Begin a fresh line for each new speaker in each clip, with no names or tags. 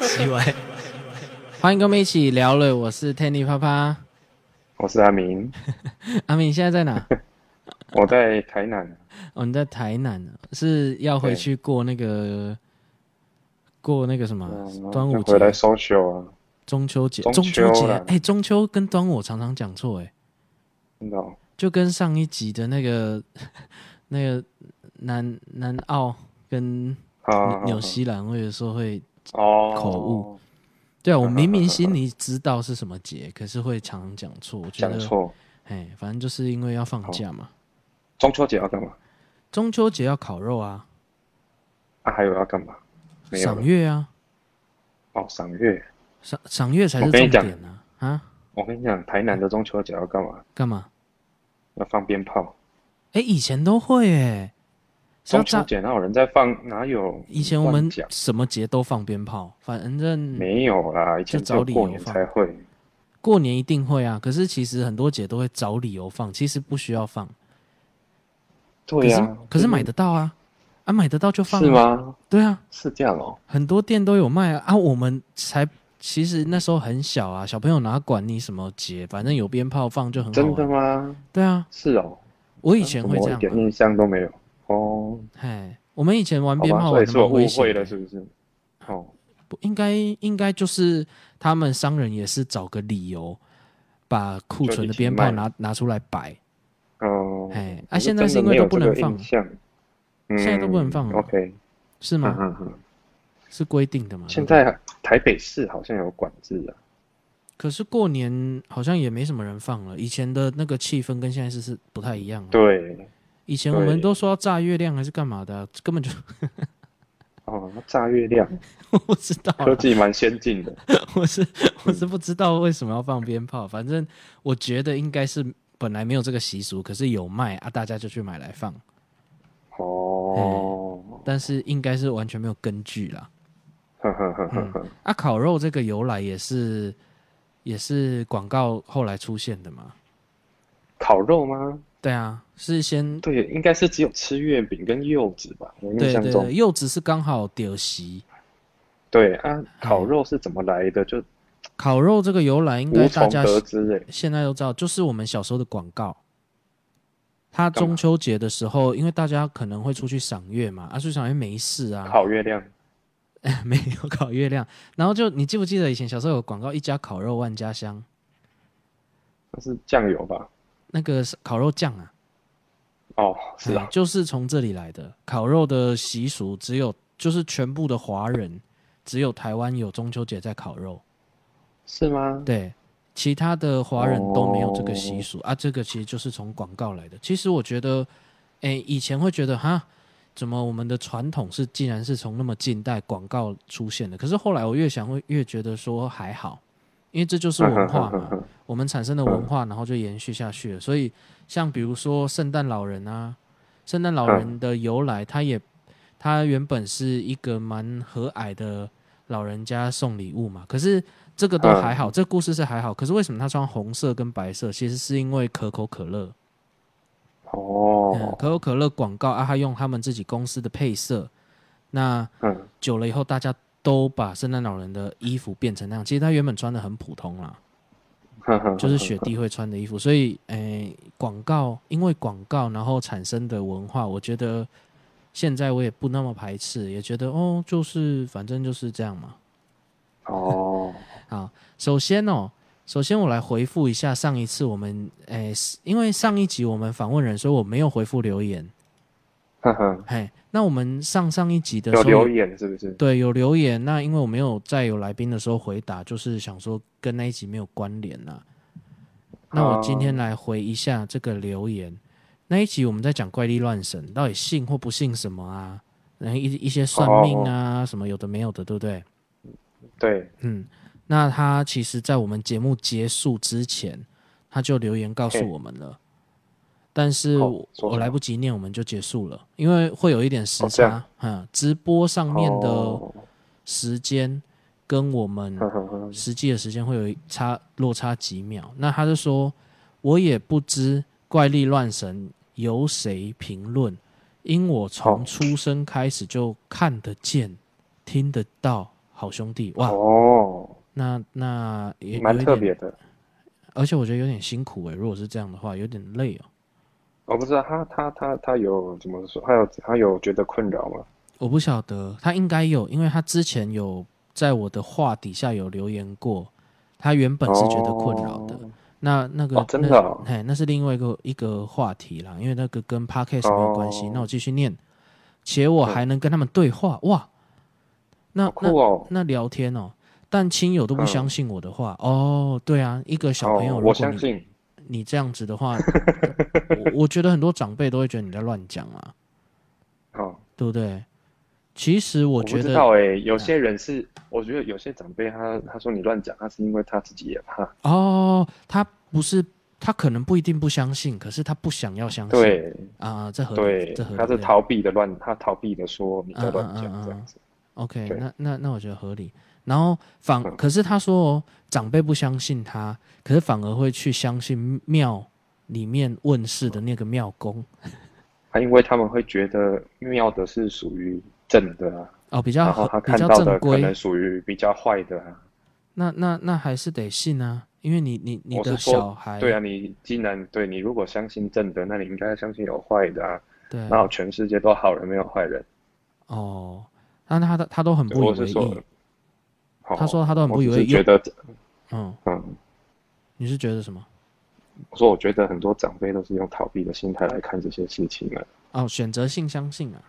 奇怪，
欢迎跟我们一起聊了，我是 Tanny 啪啪，
我是阿明，
阿敏你现在在哪？
我在台 南。
哦，你在台南啊，是要回去过那个过那个什么
嗯，
端午
就回来
节、
social 啊，
中秋节、
中
中秋
秋
节
啦？
哎、中秋跟端午我常常讲错，哎，
真的、哦。
就跟上一集的那个 那个南南澳跟
啊
纽，纽西兰，我有时候会
哦，
口误，对啊，我明明
哈
心
哈
里知道是什么 节，可是会常常讲错。我觉
讲
得，
错。
哎，反正就是因为要放假嘛，
中秋节要干嘛？
中秋节要烤肉啊，
啊，还有要干嘛？没有
赏
了
月啊，
哦，赏月。
赏赏月才是
我跟
重
你讲
点啊！啊，
我跟你讲，台南的中秋节要干嘛？
干嘛？
要放鞭炮。
哎，以前都会哎，是要
中秋
炸。
节哪有人在放？哪有？
以前我们
乱讲
什么节都放鞭炮，反正
没有啦，以前
就
只
找
有
理
过
由
年
放
才会。
过年一定会啊。可是其实很多节都会找理由放，其实不需要放。
对呀、
可是可是买得到啊，啊买得到就放、啊。
是？吗？
对啊，
是这样哦。
很多店都有卖啊。啊，我们才其实那时候很小啊，小朋友哪管你什么节，反正有鞭炮放就很好
真
玩。
的吗？
对啊，
是哦。
我以前
怎
会
么
这
我一
样
点
玩。
印象都没有？哦，
哎，我们以前玩
好
鞭
吧，
炮玩的
所以是我
蛮危
误
险
会了，
的，
是不是？哦，
不应该应该就是他们商人也是找个理由，把库存的鞭炮
就一起卖
拿拿出来摆。
哦，
哎啊
我
现在
真
是
的
因为
没有
都不
这
能
个
放
印象嗯，
现在都不能放了
OK，
是
嗯
吗？
嗯嗯，
是规定的嘛？对
现
不对
在台北市好像有管制啊。
可是过年好像也没什么人放了，以前的那个气氛跟现在是是不太一样了。
对，
以前我们
对
都说要炸月亮还是干嘛的啊、根本就
哦，炸月亮，
我不知道啊。
科技蛮先进的。
我是我是不知道为什么要放鞭炮，反正我觉得应该是本来没有这个习俗，可是有卖啊，大家就去买来放，
哦，
但是应该是完全没有根据啦。哎
呵呵呵呵呵，
啊，烤肉这个由来也是也是广告后来出现的嘛？
烤肉吗？
对啊，是先
对，应该是只有吃月饼跟柚子吧，我印
对
象
对
中
对，。柚子是刚好丢席。
对
哎
啊，烤肉是怎么来的？就
烤肉这个由来应该
无
大
从
家
得知欸诶。
现在都知道，就是我们小时候的广告。他
干嘛
中秋节的时候，因为大家可能会出去赏月嘛，啊，出去赏月没事啊，
烤月亮，
没有烤月亮。然后就你记不记得以前小时候有广告，一家烤肉万家香，
那是酱油吧？
那个是烤肉酱啊，
哦，是
哎
啊，
就是从这里来的。烤肉的习俗只有就是全部的华人，只有台湾有中秋节在烤肉，
是吗？
对，其他的华人都没有这个习俗、啊。这个其实就是从广告来的。其实我觉得，哎、以前会觉得哈。怎么我们的传统是竟然是从那么近代广告出现的？可是后来我越想会越觉得说还好，因为这就是文化嘛。我们产生的文化，然后就延续下去了。所以，像比如说圣诞老人啊，圣诞老人的由来，他也他原本是一个蛮和蔼的老人家送礼物嘛。可是这个都还好，这故事是还好。可是为什么他穿红色跟白色？其实是因为可口可乐，嗯
哦，
可口可乐广告啊，他用他们自己公司的配色，那
嗯，
久了以后，大家都把圣诞老人的衣服变成那样。其实他原本穿的很普通啦。
呵呵
就是雪地会穿的衣服，所以，诶、广告因为广告然后产生的文化，我觉得现在我也不那么排斥，也觉得哦，就是反正就是这样嘛。
哦，
好，首先哦，首先我来回复一下上一次我们，诶、是因为上一集我们访问人，所以我没有回复留言。
呵呵，
嘿，那我们上上一集的时
有
候
留言是不是？
对，有留言。那因为我没有在有来宾的时候回答，就是想说跟那一集没有关联啦、那我今天来回一下这个留言。那一集我们在讲怪力乱神，到底信或不信什么啊？然后一一些算
哦
命啊，什么有的没有的，对不对？
对，
嗯，那他其实，在我们节目结束之前，他就留言告诉
嘿
我们了，但是
哦
我
说什
我
么
来不及念，我们就结束了，因为会有一点时
哦这样
差。嗯，直播上面的、
哦
时间跟我们
呵呵呵
实际的时间会有一差落差几秒。那他就说，我也不知怪力乱神由谁评论，因我从出生开始就看得见听得到好兄弟哇，
哦，
那那也
蛮
有一
特
点
别的。
而且我觉得有点辛苦诶、如果是这样的话，有点累哦、
我不知道他他他他有怎么说？他有他有觉得困扰吗？
我不晓得他应该有，因为他之前有在我的话底下有留言过，他原本是觉得困扰的。
哦
那那个、
哦真的哦
那嘿，那是另外一个一个话题啦，因为那个跟 podcast 没有关系。
哦
那我继续念，且我还能跟他们对话，哇，那
好酷哦！
那那聊天哦。但亲友都不
嗯
相信我的话，哦，对啊，一个小朋友，
哦
如
我
果
相
你
信，
你这样子的 话，我我觉得很多长辈都会觉得你在乱讲啊，
哦，
对不对？其实我
我不
觉
知
得
道哎、有些人是，我觉得有些长辈他他说你乱讲，他是因为他自己也怕。
哦，他不是，他可能不一定不相信，可是他不想要相信。
对
啊、这合理，
对
这合，理。
他是
对
逃避的乱，他逃避的说你在乱
嗯嗯嗯嗯
讲这样子。
OK，
对
那那那我觉得合理。然后反，
嗯
可是他说哦，长辈不相信他，可是反而会去相信庙里面问世的那个庙公
他因为他们会觉得妙的是属于正的啊，
哦，比较
然后
合
他
比
看
较
到
正
的可
规。
能属于比较坏的啊。
那那那还是得信啊，因为你你你
我是
的
说
小孩
对啊，你既然对你如果相信正的，那你应该相信有坏的啊。
对
哪有全世界都好人没有坏人？
哦，那他他都很
对
不
我
以为
是说
意，，他说他都
哦
很不
我
以
只
为
是
意。
觉得，
嗯，
嗯，
你是觉得什么？
我说我觉得很多长辈都是用逃避的心态来看这些事情啊。
哦，选择性相信啊，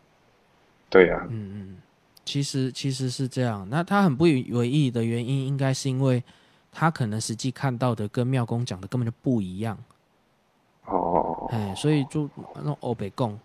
对啊，
嗯嗯，其实其实是这样。那他很不以为意的原因，应该是因为他可能实际看到的跟妙公讲的根本就不一样，
哦，
哎，所以就那种欧北共，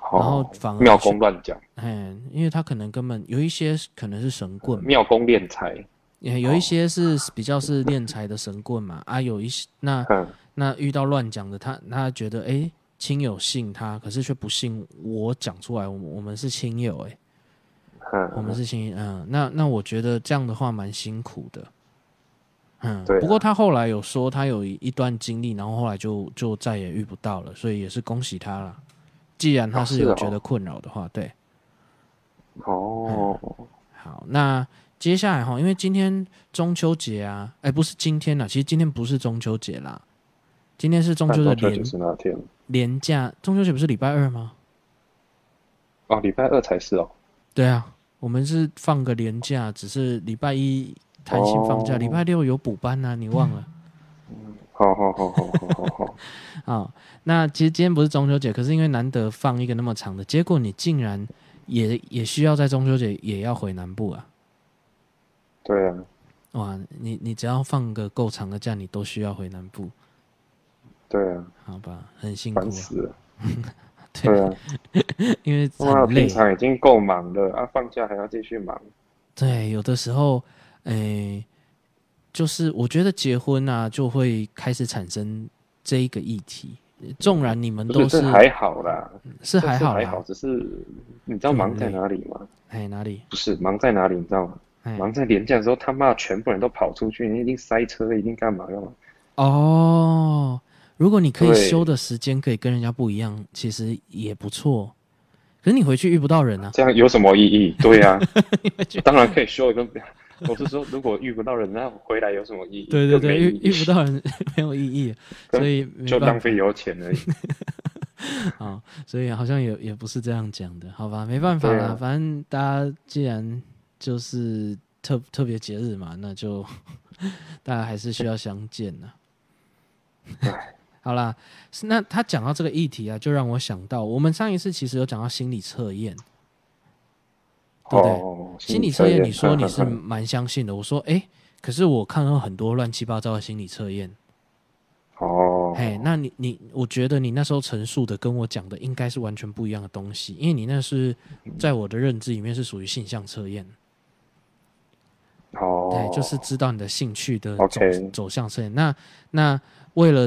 然
然后反而
庙
去
公，乱讲，
哎，因为他可能根本有一些是可能是神棍嘛，
庙公敛财，
也有一些是比较是敛财的神棍嘛，啊，有一些那
嗯，
那遇到乱讲的，他他觉得哎亲友信他，可是却不信我讲出来，我们我们是亲友哎、
嗯
我们是新嗯，那那我觉得这样的话蛮辛苦的，嗯，
对啊
不过他后来有说他有一段经历，然后后来就就再也遇不到了，所以也是恭喜他啦。既然他
哦
是
是
有
哦
觉得困扰的话，对，
哦，
嗯好，那接下来哈，因为今天中秋节啊，哎、不是今天啦，其实今天不是中秋节啦，今天是中
那
秋的
中秋
连
就是那天
连假，中秋节不是礼拜二吗？
哦，礼拜二才是哦，
对啊，我们是放个年假，只是礼拜一弹性放假，
哦
礼、拜六有补班啊，你忘了
好好好好好好 好，
啊、那其实今天不是中秋节，可是因为难得放一个那么长的，结果你竟然也也需要在中秋节也要回南部啊！
对啊，
哇，你你只要放个够长的假，你都需要回南部，
对啊，
好吧，很辛苦
烦
啊，
死了，对
对，
啊，
因为
哇，
很累
平，常已经够忙了啊，放假还要继续忙，
对，有的时候，诶、就是我觉得结婚啊，就会开始产生这一个议题。纵然你们
不
都
是这还好啦，
是
这
还
是
好
还
啦
好，，只是你知道
就很
忙在
累
哪里吗？
哎哪里
不是忙在哪里，你知道吗？
哎
忙在廉价的时候，他妈全部人都跑出去，你一定塞车，一定干嘛干嘛。
哦，如果你可以
对
休的时间可以跟人家不一样，其实也不错。可是你回去遇不到人啊，
这样有什么意义？对 呀、当然可以修一个。我是说，如果遇不到人，那回来有什么意义？
对对对，
更没
遇
意义
遇不到人没有意 义，
对
所以没
就
办
浪
法
费油钱而已。
啊、所以好像也也不是这样讲的，好吧，没办法
对
啦，
啊
反正大家既然就是特特别节日嘛，那就 大家还是需要相见呐。好啦，是那他讲到这个议题啊，就让我想到，我们上一次其实有讲到心理测验， 对不对
哦，
心理测验，你说你是 蛮相信的。我说，哎，可是我看到很多乱七八糟的心理测验，
哦，
哎，那你你，我觉得你那时候陈述的跟我讲的应该是完全不一样的东西，因为你那是
嗯
在我的认知里面是属于性向测验，
哦，
对，就是知道你的兴趣的走
OK
走向测验。那那为了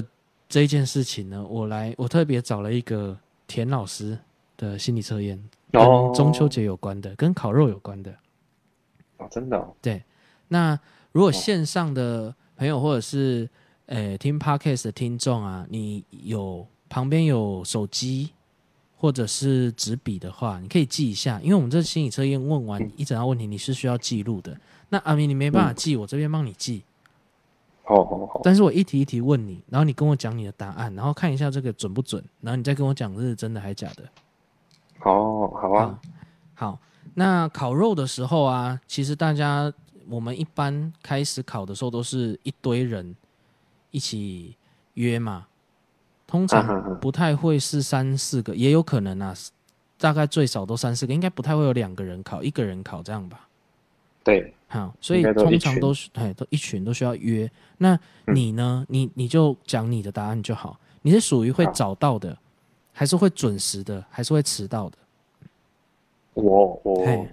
这件事情呢，我来我特别找了一个田老师的心理测验，跟
哦
中秋节有关的，跟烤肉有关的。
哦，真的哦
那如果线上的朋友或者是呃听 podcast 的听众啊，你有旁边有手机或者是纸笔的话，你可以记一下，因为我们这心理测验问完一整套问题，你是需要记录的。那阿明你没办法记，我这边帮你记，
好好好，
但是我一题一题问你，然后你跟我讲你的答案，然后看一下这个准不准，然后你再跟我讲是真的还假的。
好好啊，
好，那烤肉的时候啊，其实大家我们一般开始烤的时候都是一堆人一起约嘛，通
啊哈哈
常不太会是三四个，也有可能啊，大概最少都三四个，应该不太会有两个人烤，一个人烤这样吧。
对，
好，所以
应该都
通
一
常
群嗯
都是哎，都一群都需要约。那你呢？你你就讲你的答案就好。你是属于会
好
早到的，还是会准时的，还是会迟到的？
我我
嘿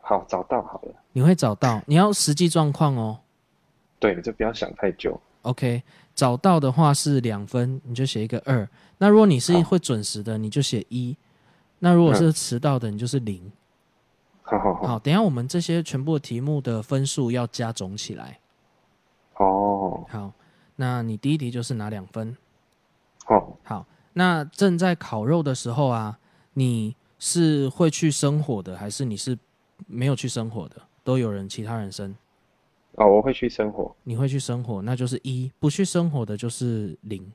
好找到好了，
你会早到，你要实际状况哦。
对，就不要想太久，
OK，早到的话是两分，你就写一个二。那如果你是
好
会准时的，你就写一。那如果是迟到的，你就是零。
好好好，
好，等一下我们这些全部题目的分数要加总起来。
哦
好，那你第一题就是拿两分。
好，
好，那正在烤肉的时候啊，你是会去生火的，还是你是没有去生火的？都有人其他人生，
哦，我会去生活，
你会去生火，那就是一；不去生火的就是零。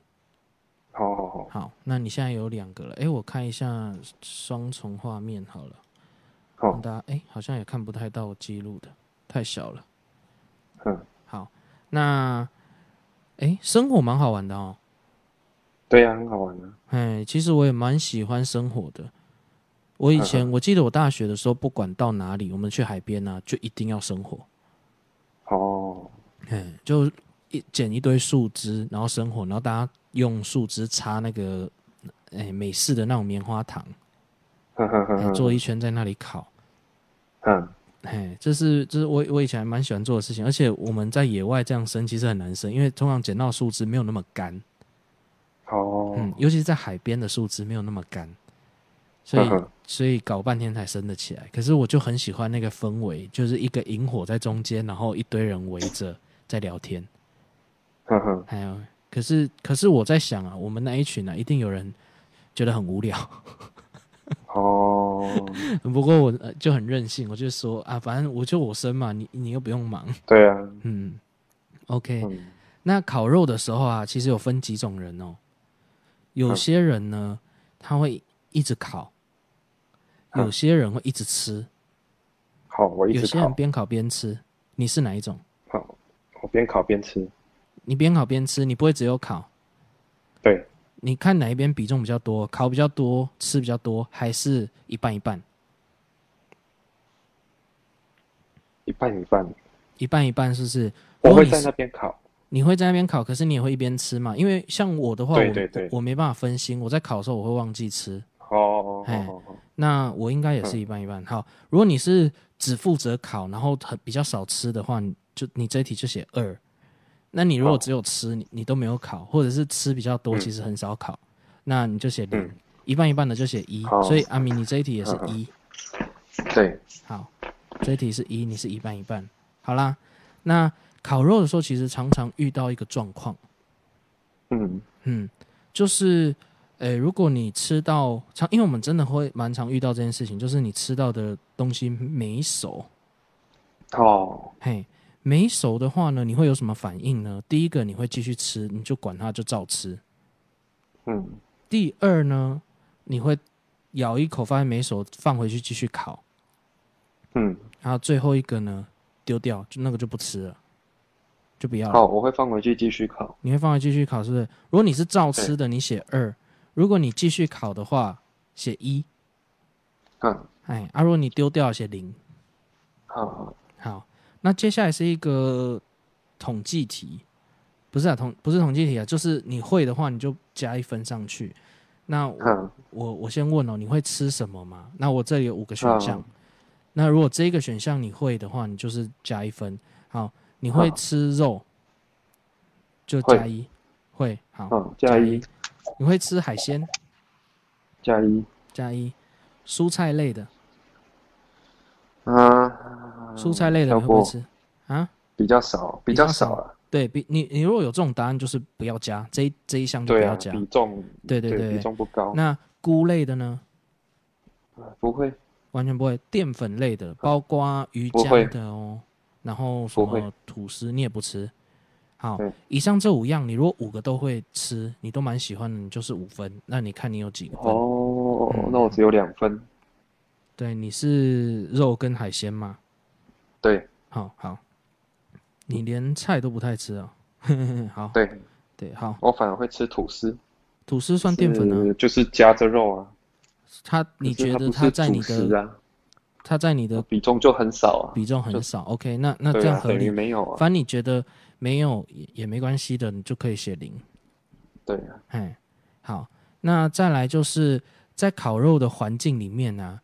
好好好，
好，那你现在有两个了。诶，我看一下双重画面好了，让
好，
大家诶，好像也看不太到我记录的，太小了。
嗯，
好，那诶，生火蛮好玩的哦。
对啊，很好玩啊，
哎，其实我也蛮喜欢生火的。我以前我记得我大学的时候，不管到哪里，我们去海边啊，就一定要生火，
哦，
哎，就一捡一堆树枝，然后生火，然后大家用树枝插那个哎美式的那种棉花糖，
哼哼哼
哎
哼，
做一圈在那里烤。
嗯，
哎，这是这是我我以前还蛮喜欢做的事情，而且我们在野外这样生其实很难生，因为通常捡到树枝没有那么干，
哦，
嗯，尤其是在海边的树枝没有那么干，所以
嗯哼
所以搞半天才升得起来。可是我就很喜欢那个氛围，就是一个萤火在中间，然后一堆人围着在聊天。
哼哼，
还有，可是可是我在想啊，我们那一群啊，一定有人觉得很无聊。
哦，
不过我、呃就很任性，我就说啊，反正我就我生嘛，你你又不用忙。
对啊，
嗯，OK，
嗯，
那烤肉的时候啊，其实有分几种人哦。有
嗯
些人呢，他会一直烤；
嗯
有些人会一直吃；
好，我一
有
直
些人
烤，
边烤边吃。你是哪一种？
好，我边烤边吃，
你边烤边吃，你不会只有烤？
对，
你看哪一边比重比较多？烤比较多，吃比较多，还是一半一半？
一半一半，
一半一半是不是？
我
如果
会
你
在
是
那边烤，
你会在那边烤，可是你也会一边吃嘛？因为像我的话，
对
我
对对
我没办法分心，我在烤的时候我会忘记吃。
哦，
哎
哦哦
那我应该也是
嗯
一半一半。好，如果你是只负责烤，然后很比较少吃的话，你就你这一题就写二。那你如果
好
只有吃，你你都没有烤，或者是吃比较多，
嗯
其实很少烤，那你就写零
嗯，哦
一半一半的就写一
好。
所以阿明，你这一题也是一。哎
对，
好，这一题是一，你是一半一半。好啦，那烤肉的时候，其实常常遇到一个状况，
嗯，
嗯，就是，呃，如果你吃到常，因为我们真的会蛮常遇到这件事情，就是你吃到的东西没熟，
哦，
嘿，没熟的话呢，你会有什么反应呢？第一个，你会继续吃，你就管它，就照吃。
嗯，
第二呢，你会咬一口，发现没熟，放回去继续烤。
嗯，
然后最后一个呢，丢掉，就那个就不吃了，就不要了。
好，我会放回去继续烤，
你会放回继续烤，是不是？如果你是照吃的，你写二；如果你继续烤的话，写一。
嗯，
哎，啊，如果你丢掉，写零。
好，好
好，那接下来是一个统计题，不是啊，统不是统计题啊，就是你会的话，你就加一分上去。那我
嗯，
我我先问哦，你会吃什么吗？那我这里有五个选项
嗯，
那如果这个选项你会的话，你就是加一分。好，你会
嗯
吃肉，就
会
加一。会，好，
嗯，加一，。
你会吃海鲜，
加一，
加一。蔬菜类的，
啊，
蔬菜类的你
跳
会不会
过
吃啊？
比较少，比较少啊，
对比你，你如果有这种答案，就是不要加这一这一项就不
对
要
啊，
加。
比重，
对对
对，
对
比重不高，
那菇类的呢？
不会，
完全不会。淀粉类的，包括鱼
不会
浆的哦，然后什
不会
么吐司你也不吃。好
嗯，
以上这五样，你如果五个都会吃，你都蛮喜欢的，你就是五分。那你看你有几个分？
哦，
嗯
那我只有两分，
对，你是肉跟海鲜嘛？
对
好好，你连菜都不太吃啊、哦？ 好，
对，
对，好，
我反而会吃吐司，
吐司算淀粉啊？
是就是夹着肉啊，
它你
可是
觉得
它不是
在你
主食
的
啊，哦
它在你的
比重就很少啊，
比重很少？OK，那那
对
这样
啊，
合
等于
理。
没有啊，
反正你觉得没有也也没关系的，你就可以写零。
对啊，
哎，好，那再来就是在烤肉的环境里面呢、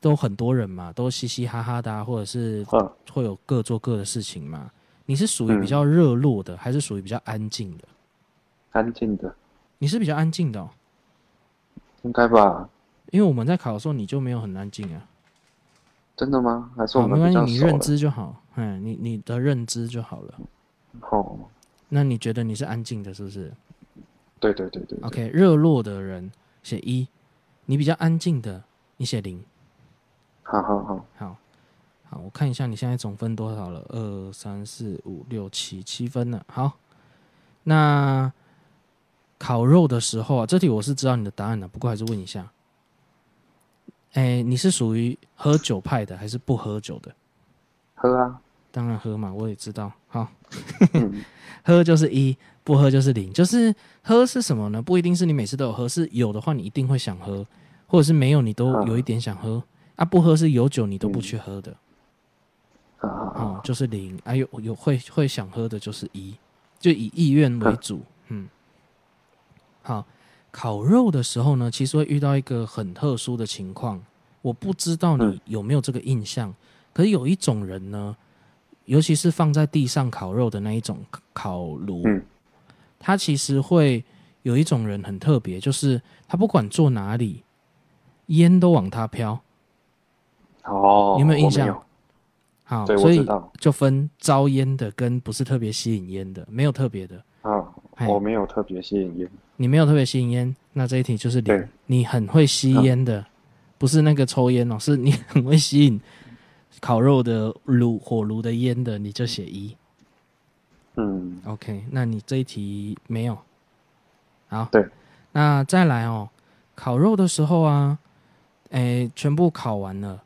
都很多人嘛，都嘻嘻哈哈的、啊，或者是
嗯，
会有各做各的事情嘛。你是属于比
嗯
较热络的，还是属于比较安静的？
干净的，
你是比较安静的、哦，
应该吧？
因为我们在烤的时候你就没有很安静啊。
真的吗？还是我
好，没
们
关
比
系，你
较熟
认
了？
知就好，嗯，你你的认知就好了。
哦，
那你觉得你是安静的，是不是
对对对对对
？OK，热络的人写一，你比较安静的，你写零。
好好好，
好，好，我看一下你现在总分多少了，二三四五六七七分了。好，那烤肉的时候啊，这题我是知道你的答案的，不过还是问一下，哎、你是属于喝酒派的还是不喝酒的？
喝啊，
当然喝嘛，我也知道。好，
嗯，
喝就是一，不喝就是零。就是喝是什么呢？不一定是你每次都有喝，是有的话你一定会想喝，或者是没有你都有一点想喝。啊，不喝是有酒你都不去喝的。
好好
哦，
好，
就是零，啊有有会会想喝的就是一，就以意愿为
嗯
主，嗯。好，烤肉的时候呢，其实会遇到一个很特殊的情况，我不知道你
嗯
有没有这个印象，可是有一种人呢，尤其是放在地上烤肉的那一种烤炉，
嗯
他其实会有一种人很特别，就是他不管坐哪里，烟都往他飘。
哦，
你有没有印
我
象
没有
好，
对，我
所
知
以
道，
就分招烟的跟不是特别吸引烟的，没有特别的，
啊，
哎
我没有特别吸引烟，
你没有特别吸引烟，那这一题就是零
对。
你很会吸烟的，不是那个抽烟哦，是你很会吸引烤肉的炉火炉的烟的，你就写一。
嗯，
OK，那你这一题没有。好，
对，
那再来哦，烤肉的时候啊，诶，全部烤完了，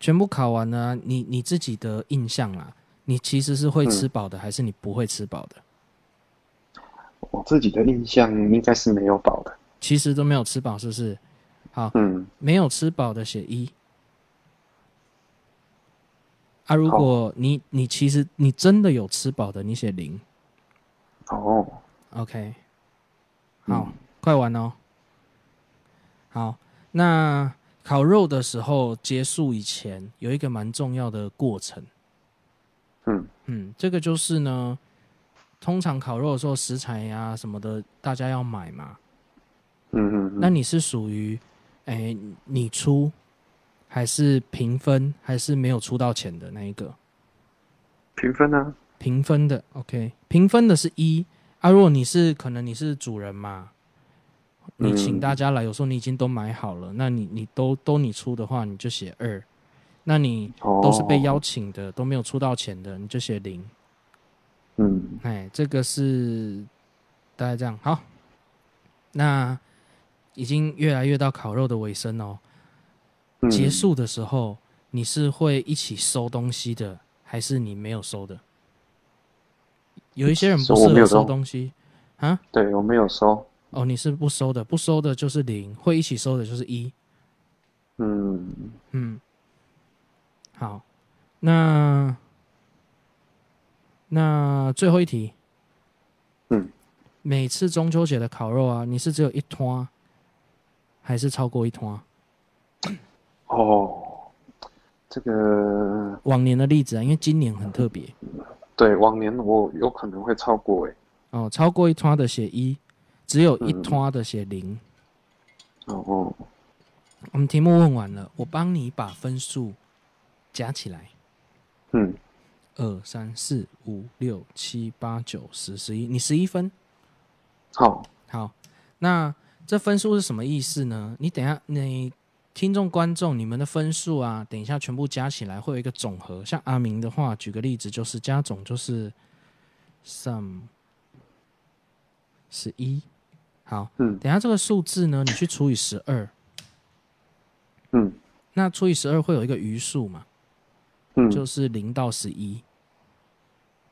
全部烤完了啊，你你自己的印象啦，你其实是会吃饱的，还是你不会吃饱的？
我自己的印象应该是没有饱的，
其实都没有吃饱，是不是？好，
嗯，
没有吃饱的写一。啊，如果你你其实你真的有吃饱的，你写零。
哦，
OK，好，快完哦。好，那烤肉的时候结束以前，有一个蛮重要的过程。
嗯
嗯，这个就是呢，通常烤肉的时候食材呀、什么的，大家要买嘛。
嗯嗯
那
嗯，
你是属于，哎、你出，还是平分，还是没有出到钱的那一个？
评分呢？
平分的，OK，平分的是一啊。如果你是可能你是主人嘛，你请
嗯
大家来，有时候你已经都买好了，那你你都都你出的话，你就写二。那你
哦，
都是被邀，请的，都没有出到钱的，你就写零。
嗯，
哎，这个是大概这样。好，那已经越来越到烤肉的尾声哦。
嗯
结，束的时候，你是会一起收东西的，还是你没有收的？有一些人不
收我
适
没
合
有收
收东西啊，
对，我没有收，
哦，你是不收的，不收的就是零，会一起收的就是一。
嗯，
嗯，好，那那最后一题，
嗯，
每次中秋节的烤肉啊，你是只有一团，还是超过一团？
哦，这个
往年的例子啊，因为今年很特别。
对，往年我有可能会超过诶，
哦，超过一团的写一，只有一团的写零。
哦哦，
我们题目问完了，我帮你把分数加起来，
嗯，
二三四五六七八九十十一，你十一分。
好，
好，那这分数是什么意思呢？你等一下，你听众观众你们的分数啊，等一下全部加起来会有一个总和。像阿明的话，举个例子，就是加总就是 sum 十一。好，
嗯
等一下这个数字呢，你去除以十二，
嗯
那除以十二会有一个余数嘛，
嗯，
就是零到十一。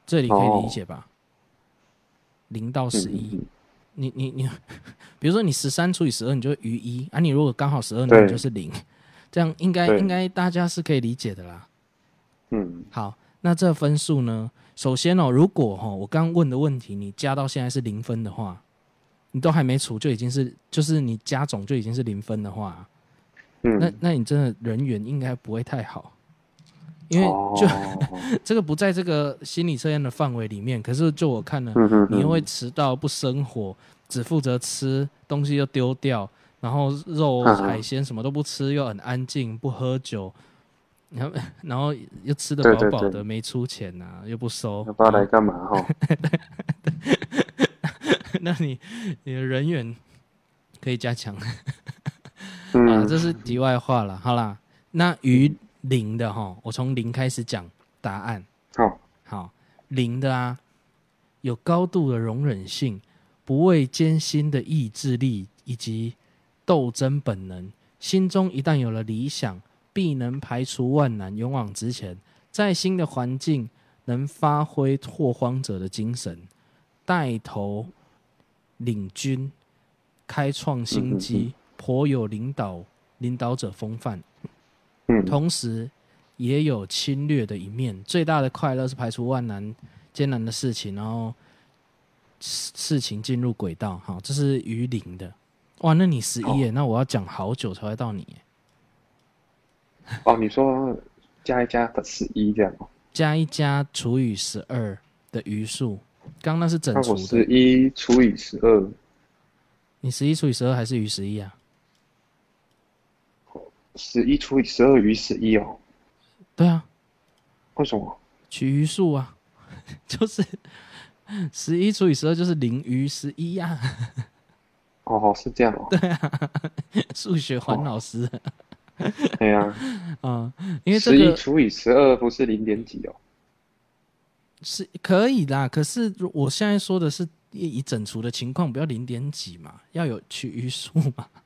这里可以理解吧？零、到十一、
嗯嗯
你你你， 比如说你十三除以十二，你就余一啊。你如果刚好十二，那你
对
就是零，这样应该
对
应该大家是可以理解的啦。
嗯
好，那这分数呢？首先哦，如果哦，我刚问的问题你加到现在是零分的话，你都还没除就已经是就是你加总就已经是零分的话，
嗯，
那那你真的人缘应该不会太好，因为就、
哦
这个不在这个心理测验的范围里面。可是就我看了，
嗯嗯，
你又会
嗯
迟到、不生火，只负责吃东西又丢掉，然后肉、
嗯嗯
海鲜什么都不吃，又很安静，不喝酒，然后 然后又吃的
对
饱
对
饱
对嗯
的，没出钱呐、又不收
要，不知道来干嘛哈？
那你你的人缘可以加强。啊，
嗯，
这是题外话了。好啦，那于零的哈，我从零开始讲答案。
好，
好，零的啊，有高度的容忍性，不畏艰辛的意志力以及斗争本能，心中一旦有了理想，必能排除万难，勇往直前，在新的环境能发挥拓荒者的精神，带头领军，开创新
嗯
机，颇有领导领导者风范。
嗯，
同时也有侵略的一面。最大的快乐是排除万难、艰难的事情，然后事事情进入轨道。好，这是鱼鳞的。哇，那你十一耶？那我要讲好久才会到你耶。
哦，你说加一加十一这样哦，
加一加除以十二的余数，刚刚那是整
那
除
我十
的。
一除以十二，
你十一除以十二还是余十一啊？
十一除以十二余十一哦，
对啊，
为什么？
取余数啊， 就是十一除以十二就是零余十一啊。
哦，是这样哦，
数学环老师啊、
对哎呀，
因为这
十一
个
除以十二不是零点几哦，
是可以啦，可是如我现在说的是以以整除的情况，不要零点几嘛，要有取余数嘛。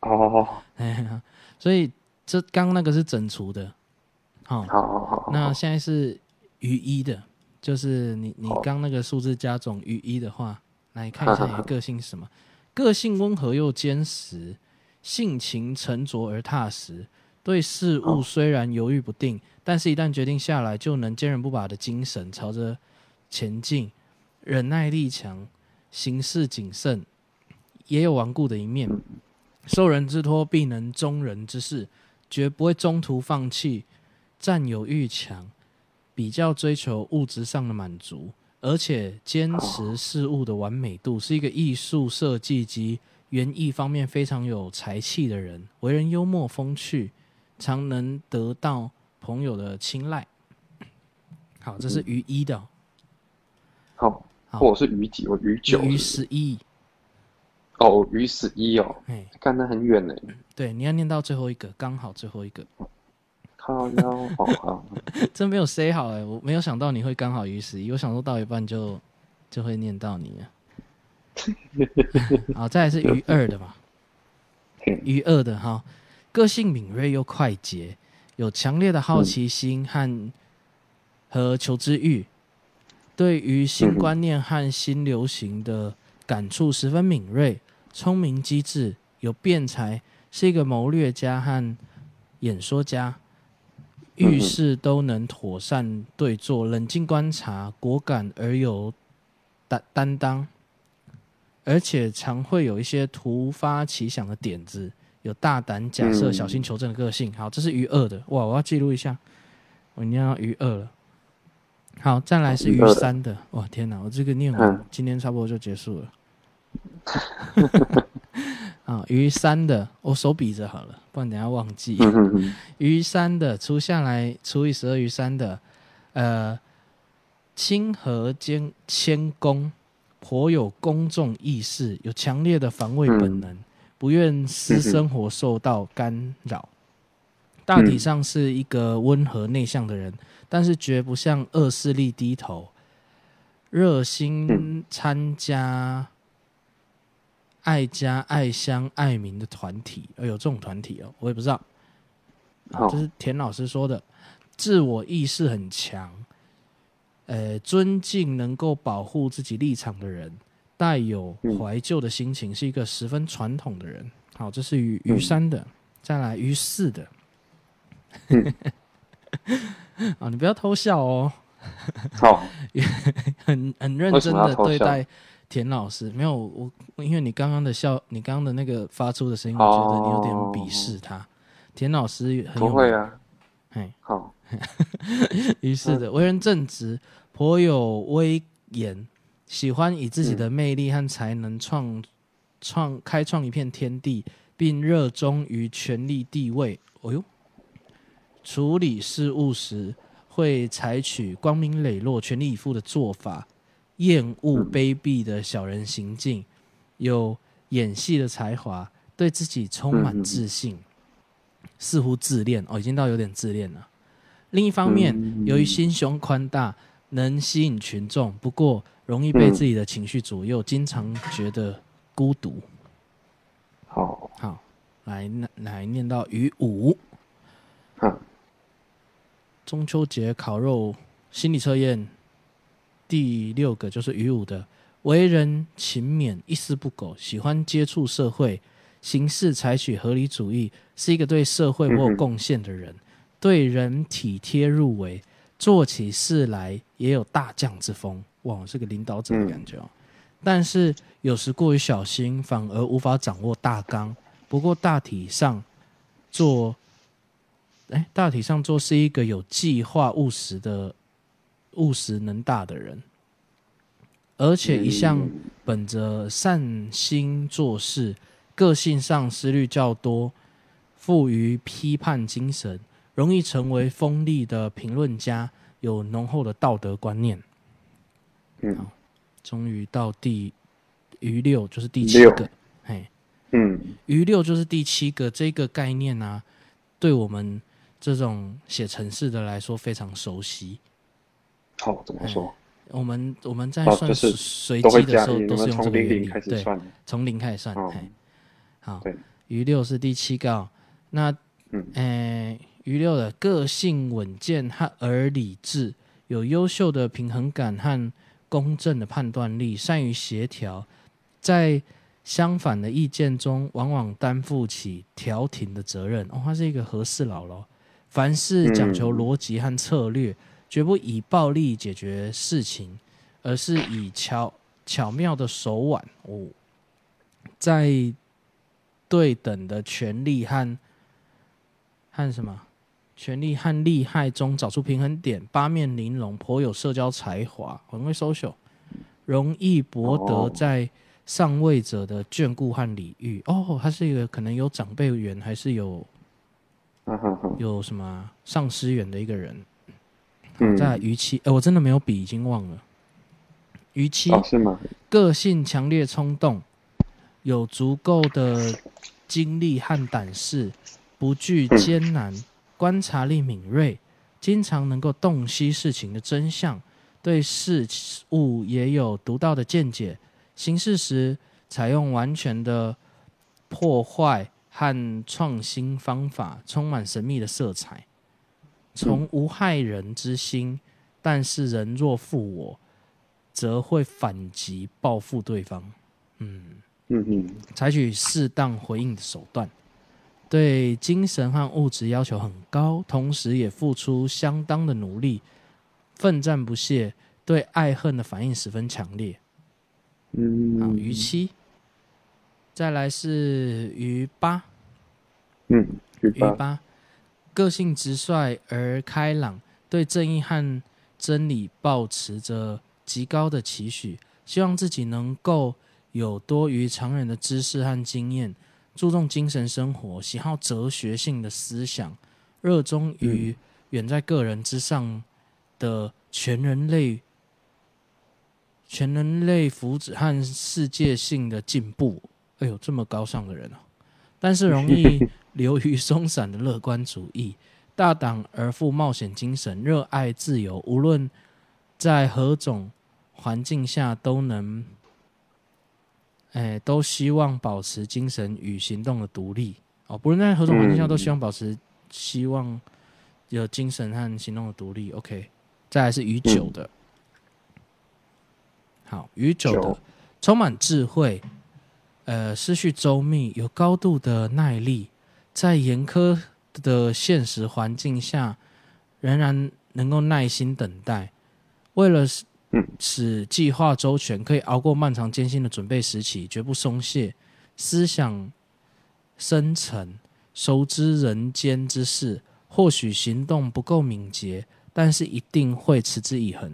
哦，
哎呀，所以这刚刚那个是整除的，好、
好好好，
那现在是余一的，就是你你
好
刚那个数字加总余一的话，来看一下你的个性是什么？个性温和又坚实，性情沉着而踏实，对事物虽然犹豫不定，但是一旦决定下来，就能坚韧不拔的精神朝着前进，忍耐力强，行事谨慎，也有顽固的一面。受人之托，必能忠人之事，绝不会中途放弃。占有欲强，比较追求物质上的满足，而且坚持事物的完美度，是一个艺术设计及园艺方面非常有才气的人。为人幽默风趣，常能得到朋友的青睐。好，这是于一的哦，
好，
好
我是余几，我哦余九
于
是
十一，
不是，哦，余十一哦，
哎，
干得很远呢，
对，你要念到最后一个，刚好最后一个。
靠腰，哦好，
真没有 say 好哎、我没有想到你会刚好于十一，我想说到一半就就会念到你啊了。好，再来是于二的嘛，
嘿
于二的哈，个性敏锐又快捷，有强烈的好奇心和和求知欲，对于新观念和新流行的感触十分敏锐，聪明机智，有辩才，是一个谋略家和演说家，遇事都能妥善对坐，冷静观察，果敢而有担担当，而且常会有一些突发奇想的点子，有大胆假设、
嗯
小心求证的个性。好，这是于二的，哇，我要记录一下，我念到于二了。好，再来是
于
于
二的
三的，哇，天哪，我这个念完，
嗯
今天差不多就结束了。啊，于三的，我手比着好了，不然等一下忘记。
嗯哼 哼，
余三的除下来除以十二余三的，呃，清和兼谦恭，颇有公众意识，有强烈的防卫本能，不愿私生活受到干扰。大体上是一个温和内向的人，但是绝不向恶势力低头，热心参加爱家、爱乡、爱民的团体。哦，有这种团体哦，我也不知道。
好
这，是田老师说的，自我意识很强，呃，尊敬能够保护自己立场的人，带有
嗯
怀旧的心情，是一个十分传统的人。好，这是于
嗯
于三的，再来于四的。
嗯
啊，你不要偷笑哦，
好，
很很认
为什
真
么要
的
偷
对
笑
待田老师。没有我，我因为你刚刚的笑，你刚刚的那个发出的声音，我
哦
觉得你有点鄙视他。田老师很有
不会啊，
嘿，
好，
于是
嗯
的，为人正直，颇有威严，喜欢以
嗯
自己的魅力和才能创创开创一片天地，并热衷于权力地位。哦呦，处理事务时会采取光明磊落、全力以赴的做法，厌恶
嗯
卑鄙的小人行径，有演戏的才华，对自己充
嗯嗯
满
嗯
自信，似乎自恋哦，已经到有点自恋了。另一方面，
嗯
由于心胸宽大，能吸引群众，不过容易被自己的情绪左右，经常觉得孤独。
好，
好，来那来念到于五，
哈，
中秋节烤肉心理测验第六个就是于五的，为人勤勉，一丝不苟，喜欢接触社会，行事采取合理主义，是一个对社会我有嗯贡献的人，对人体贴入微，做起事来也有大将之风。哇，是个领导者的感觉哦。但是有时过于小心，反而无法掌握大纲。不过大体上做，哎，大体上做是一个有计划、务实的、务实能大的人，而且一向
嗯
本着善心做事，个性上思虑较多，富于批判精神，容易成为锋利的评论家，有浓厚的道德观念。
嗯
终于到第余六，就是第七个
六，
嘿，
嗯
余六就是第七个这个概念啊，对我们这种写程式的来说非常熟悉。
好，怎么说？
我们我们在
哦
算
就是
随
都
机
会
的
加
时候
你
都是
们
用这
从
个原
零
理
零开，始
对，
算，
从零开始算。
哦
嘿，好，
对，
余六是第七个哦，那
嗯
诶，余六的个性稳健和而理智，有优秀的平衡感和公正的判断力，善于协调，在相反的意见中，往往担负起调停的责任。哦，他是一个和事佬喽，凡事讲求
嗯
逻辑和策略，绝不以暴力解决事情，而是以巧巧妙的手腕哦，在对等的权利和和什么权利和利害中找出平衡点，八面玲珑，颇有社交才华，很会 social，容易博得
哦
在上位者的眷顾和礼遇。哦，他是一个可能有长辈缘，还是有哎
嗯哼哼，
有什么啊上司缘的一个人。
嗯，
在逾期，呃，我真的没有笔，已经忘了。逾期
哦，是吗？
个性强烈冲动，有足够的精力和胆识，不惧艰难，观察力敏锐，经常能够洞悉事情的真相，对事物也有独到的见解。行事时采用完全的破坏和创新方法，充满神秘的色彩，从无害人之心，但是人若负我，则会反击报复对方。嗯，
嗯嗯，
采取适当回应的手段，对精神和物质要求很高，同时也付出相当的努力，奋战不懈，对爱恨的反应十分强烈。啊，
嗯，
逾期。再来是逾八，
嗯，鱼
逾
吧，
八，个性直率而开朗，对正义和真理抱持着极高的期许，希望自己能够有多于常人的知识和经验，注重精神生活，喜好哲学性的思想，热衷于远在个人之上的全人类、全人类福祉和世界性的进步。哎呦，这么高尚的人哦、但是容易流于松散的乐观主义，大胆而富冒险精神，热爱自由，无论在何种环境下都能，哎，都希望保持精神与行动的独立。哦，不论在何种环境下，
嗯
都希望保持希望有精神和行动的独立。OK，再来是与酒的，好，与酒的
酒
充满智慧，呃，思绪周密，有高度的耐力，在严苛的现实环境下，仍然能够耐心等待。为了使
嗯
使计划周全，可以熬过漫长艰辛的准备时期，绝不松懈，思想深沉，熟知人间之事。或许行动不够敏捷，但是一定会持之以恒。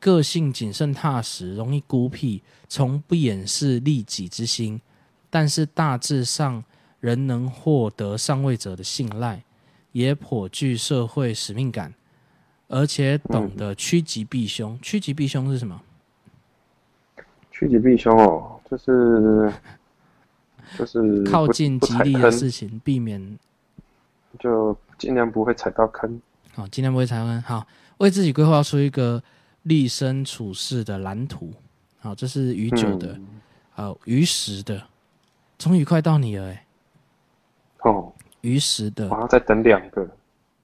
个性谨慎踏实，容易孤僻，从不掩饰利己之心，但是大致上仍能获得上位者的信赖，也颇具社会使命感，而且懂得趋吉避
嗯
凶。趋吉避凶是什么？
趋吉避凶哦，就是就是不
靠近
不
吉
踩
利的
坑
事情，避免
就尽量不会踩到坑。
好，今天不会踩坑。好，为自己规划出一个立身处世的蓝图。好，这是于九的，
嗯
好于十的，终于快到你了哎，
哦，
于十的
我，要再等两个。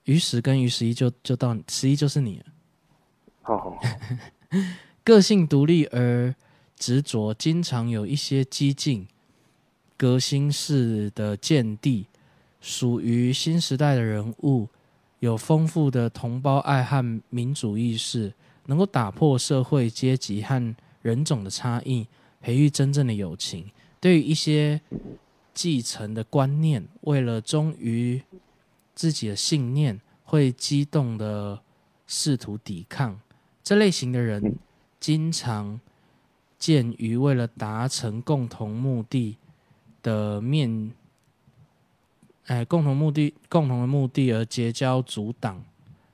于十跟于十一就就到你，十一就是你了。
哦，
个性独立而执着，经常有一些激进、革新式的见地，属于新时代的人物，有丰富的同胞爱和民主意识，能够打破社会阶级和人种的差异，培育真正的友情。对于一些继承的观念，为了忠于自己的信念，会激动的试图抵抗。这类型的人
嗯
经常见于为了达成共同目的的面，哎，共同目的、共同的目的而结交阻挡、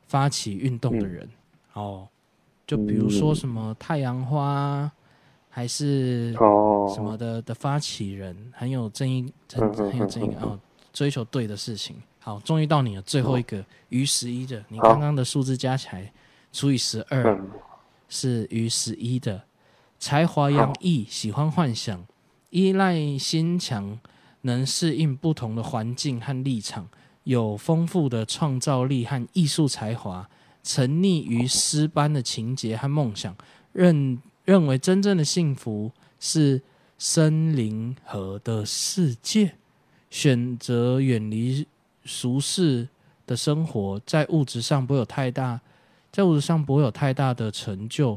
发起运动的
嗯
人。哦，就比如说什么太阳花啊，还是
哦，
什么的的发起人，很有正义，很
嗯嗯
很有正义感
嗯嗯
哦，追求对的事情。好，终于到你了，最后一个余十一的，你
好
刚刚的数字加起来除以十二
嗯，
是余十一的，才华洋溢，喜欢幻想，依赖心强，能适应不同的环境和立场，有丰富的创造力和艺术才华，沉溺于诗般的情节和梦想，认认为真正的幸福是森林和的世界，选择远离俗世的生活，在物质上不会有太大，在物质上不会有太大的成就，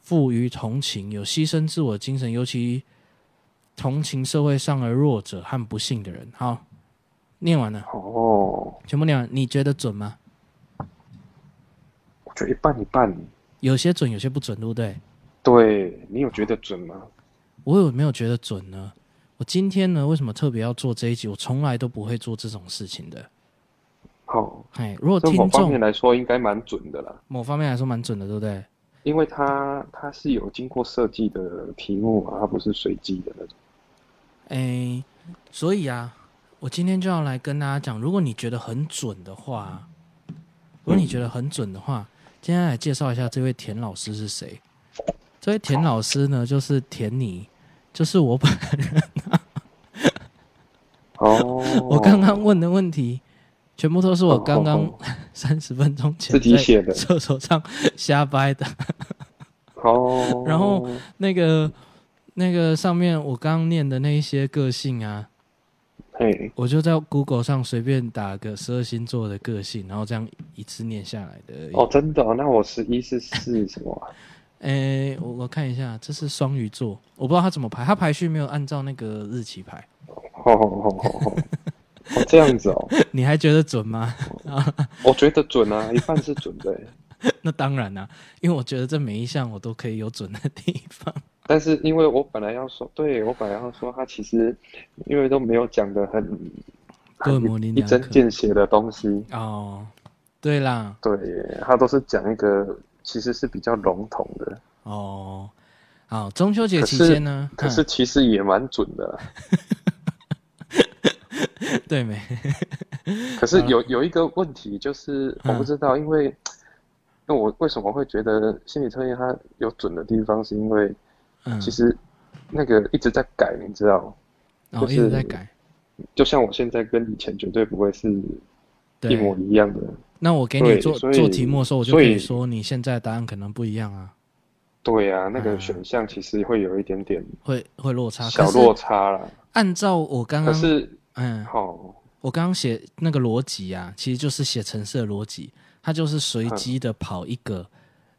富于同情，有牺牲自我的精神，尤其同情社会上的弱者和不幸的人。好，念完了，
哦，
全部念完，你觉得准吗？
我觉得一半一半。
有些准，有些不准，对不对？
对你有觉得准吗？
我有没有觉得准呢？我今天呢，为什么特别要做这一集？我从来都不会做这种事情的。
哦，
嘿，如果
从某
听
方面
众
来说，应该蛮准的啦，
某方面来说蛮准的，对不对？
因为它它是有经过设计的题目啊嘛，它不是随机的那种。
诶，所以啊，我今天就要来跟大家讲，如果你觉得很准的话，如果你觉得很准的话，今天来介绍一下这位田老师是谁。这位田老师呢，就是田妮，就是我本，
哦
我刚刚问的问题，全部都是我刚刚
哦
三十分钟前
自己
在
写的
厕所上 瞎掰的。
哦，
然后那个那个上面我刚刚念的那一些个性啊，
嘿，
我就在 Google 上随便打个十二星座的个性，然后这样一次念下来的而已。
哦，真的、哦，那我十一是是什么啊？
诶、我我看一下，这是双鱼座，我不知道它怎么排，它排序没有按照那个日期排。
哦哦哦哦，哦这样子哦，
你还觉得准吗？
我觉得准 啊，一半是准的，
那当然啦、因为我觉得这每一项我都可以有准的地 方。
但是因为我本来要说，对我本来要说，他其实因为都没有讲的很
都很模棱
一
两
针
可
见血的东西，
哦，对啦，
对他都是讲一个其实是比较笼统的。
哦，好，中秋节期间呢，
可是其实也蛮准的 啦。
嗯对没？
可是
嗯
有有一个问题就是我不知道，因为那我为什么会觉得心理测验它有准的地方，是因为
嗯，
其实那个一直在改，你知道吗？
然
就
后哦一直
是
在改。
就像我现在跟以前绝对不会是一模
对，
一样的。
那我给你
对
做
所以
做题目的时候，我就可
所
以
以
说你现在的答案可能不一样啊，
对啊，那
嗯
个选项其实会有一点点
会会落差。
小
可
落
是
差啦。
按照我刚
可
刚
是，
嗯，
哦，
我刚刚写那个逻辑啊，其实就是写程式的逻辑，它就是
嗯
随机的跑一个，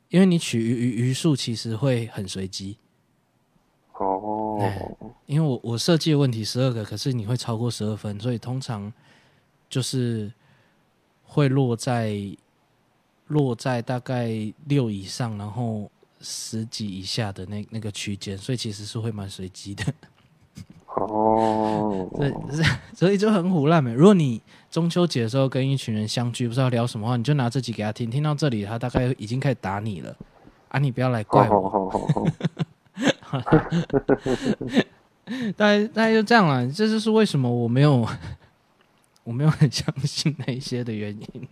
因为你取余余余数其实会很随机。
哦，
因为我我设计的问题十二个，可是你会超过十二分，所以通常就是会落在落在大概六以上，然后十几以下的那那个区间，所以其实是会蛮随机的。
哦，
所以所以就很胡烂没。如果你中秋节的时候跟一群人相聚，不知道聊什么话，你就拿这集给他听，听到这里，他大概已经开始打你了啊！你不要来
好
怪
好
我，
好好好，
大概大概就这样啦。这就是为什么我没有 我没有很相信那一些的原因，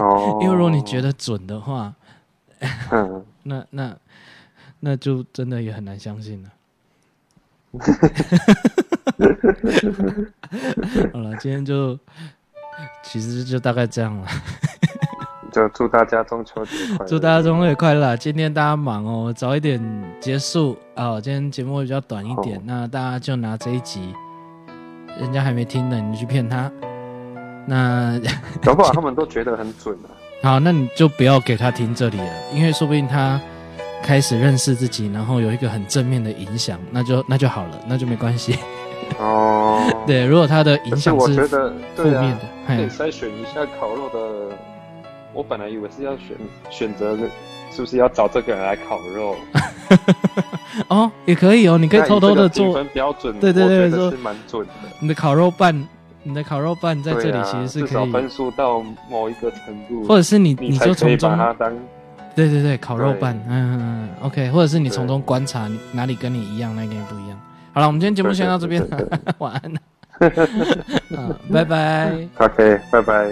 哦，
因为如果你觉得准的话，
嗯，
那那那就真的也很难相信了。 好了，今天就其实就大概这样了。
就祝大家中秋节快乐，
祝大家中秋节快乐啊！今天大家忙哦，早一点结束啊、今天节目会比较短一点
好，
那大家就拿这一集，人家还没听的，你去骗他。那
搞不好他们都觉得很准啊。
好，那你就不要给他听这里了，因为说不定他开始认识自己，然后有一个很正面的影响，那就那就好了，那就没关系。
哦，，
对，如果他的影
可是
响
我
是
觉得
负
对
面
啊
的，，哎
可
嘿，
以筛选一下烤肉的。我本来以为是要选选择的，是不是要找这个人来烤肉？
哦，也可以哦，啊你可以
那
偷偷
这
的
个
做
评分标准，
对对对
我觉
说
得是蛮准的。
你的烤肉拌，你的烤肉拌在这
对
里
啊
其实是
至
可
少
以，
分数到某一个程度，
或者是你
你才
就
可以
从中
把它当
对对对，烤肉
对
拌，嗯嗯嗯嗯，OK，或者是你从
对
中观察你哪里跟你一样，哪里跟你不一样。好了，我们今天节目先到这边，
对对对
晚安，啊，拜拜。
OK，拜拜。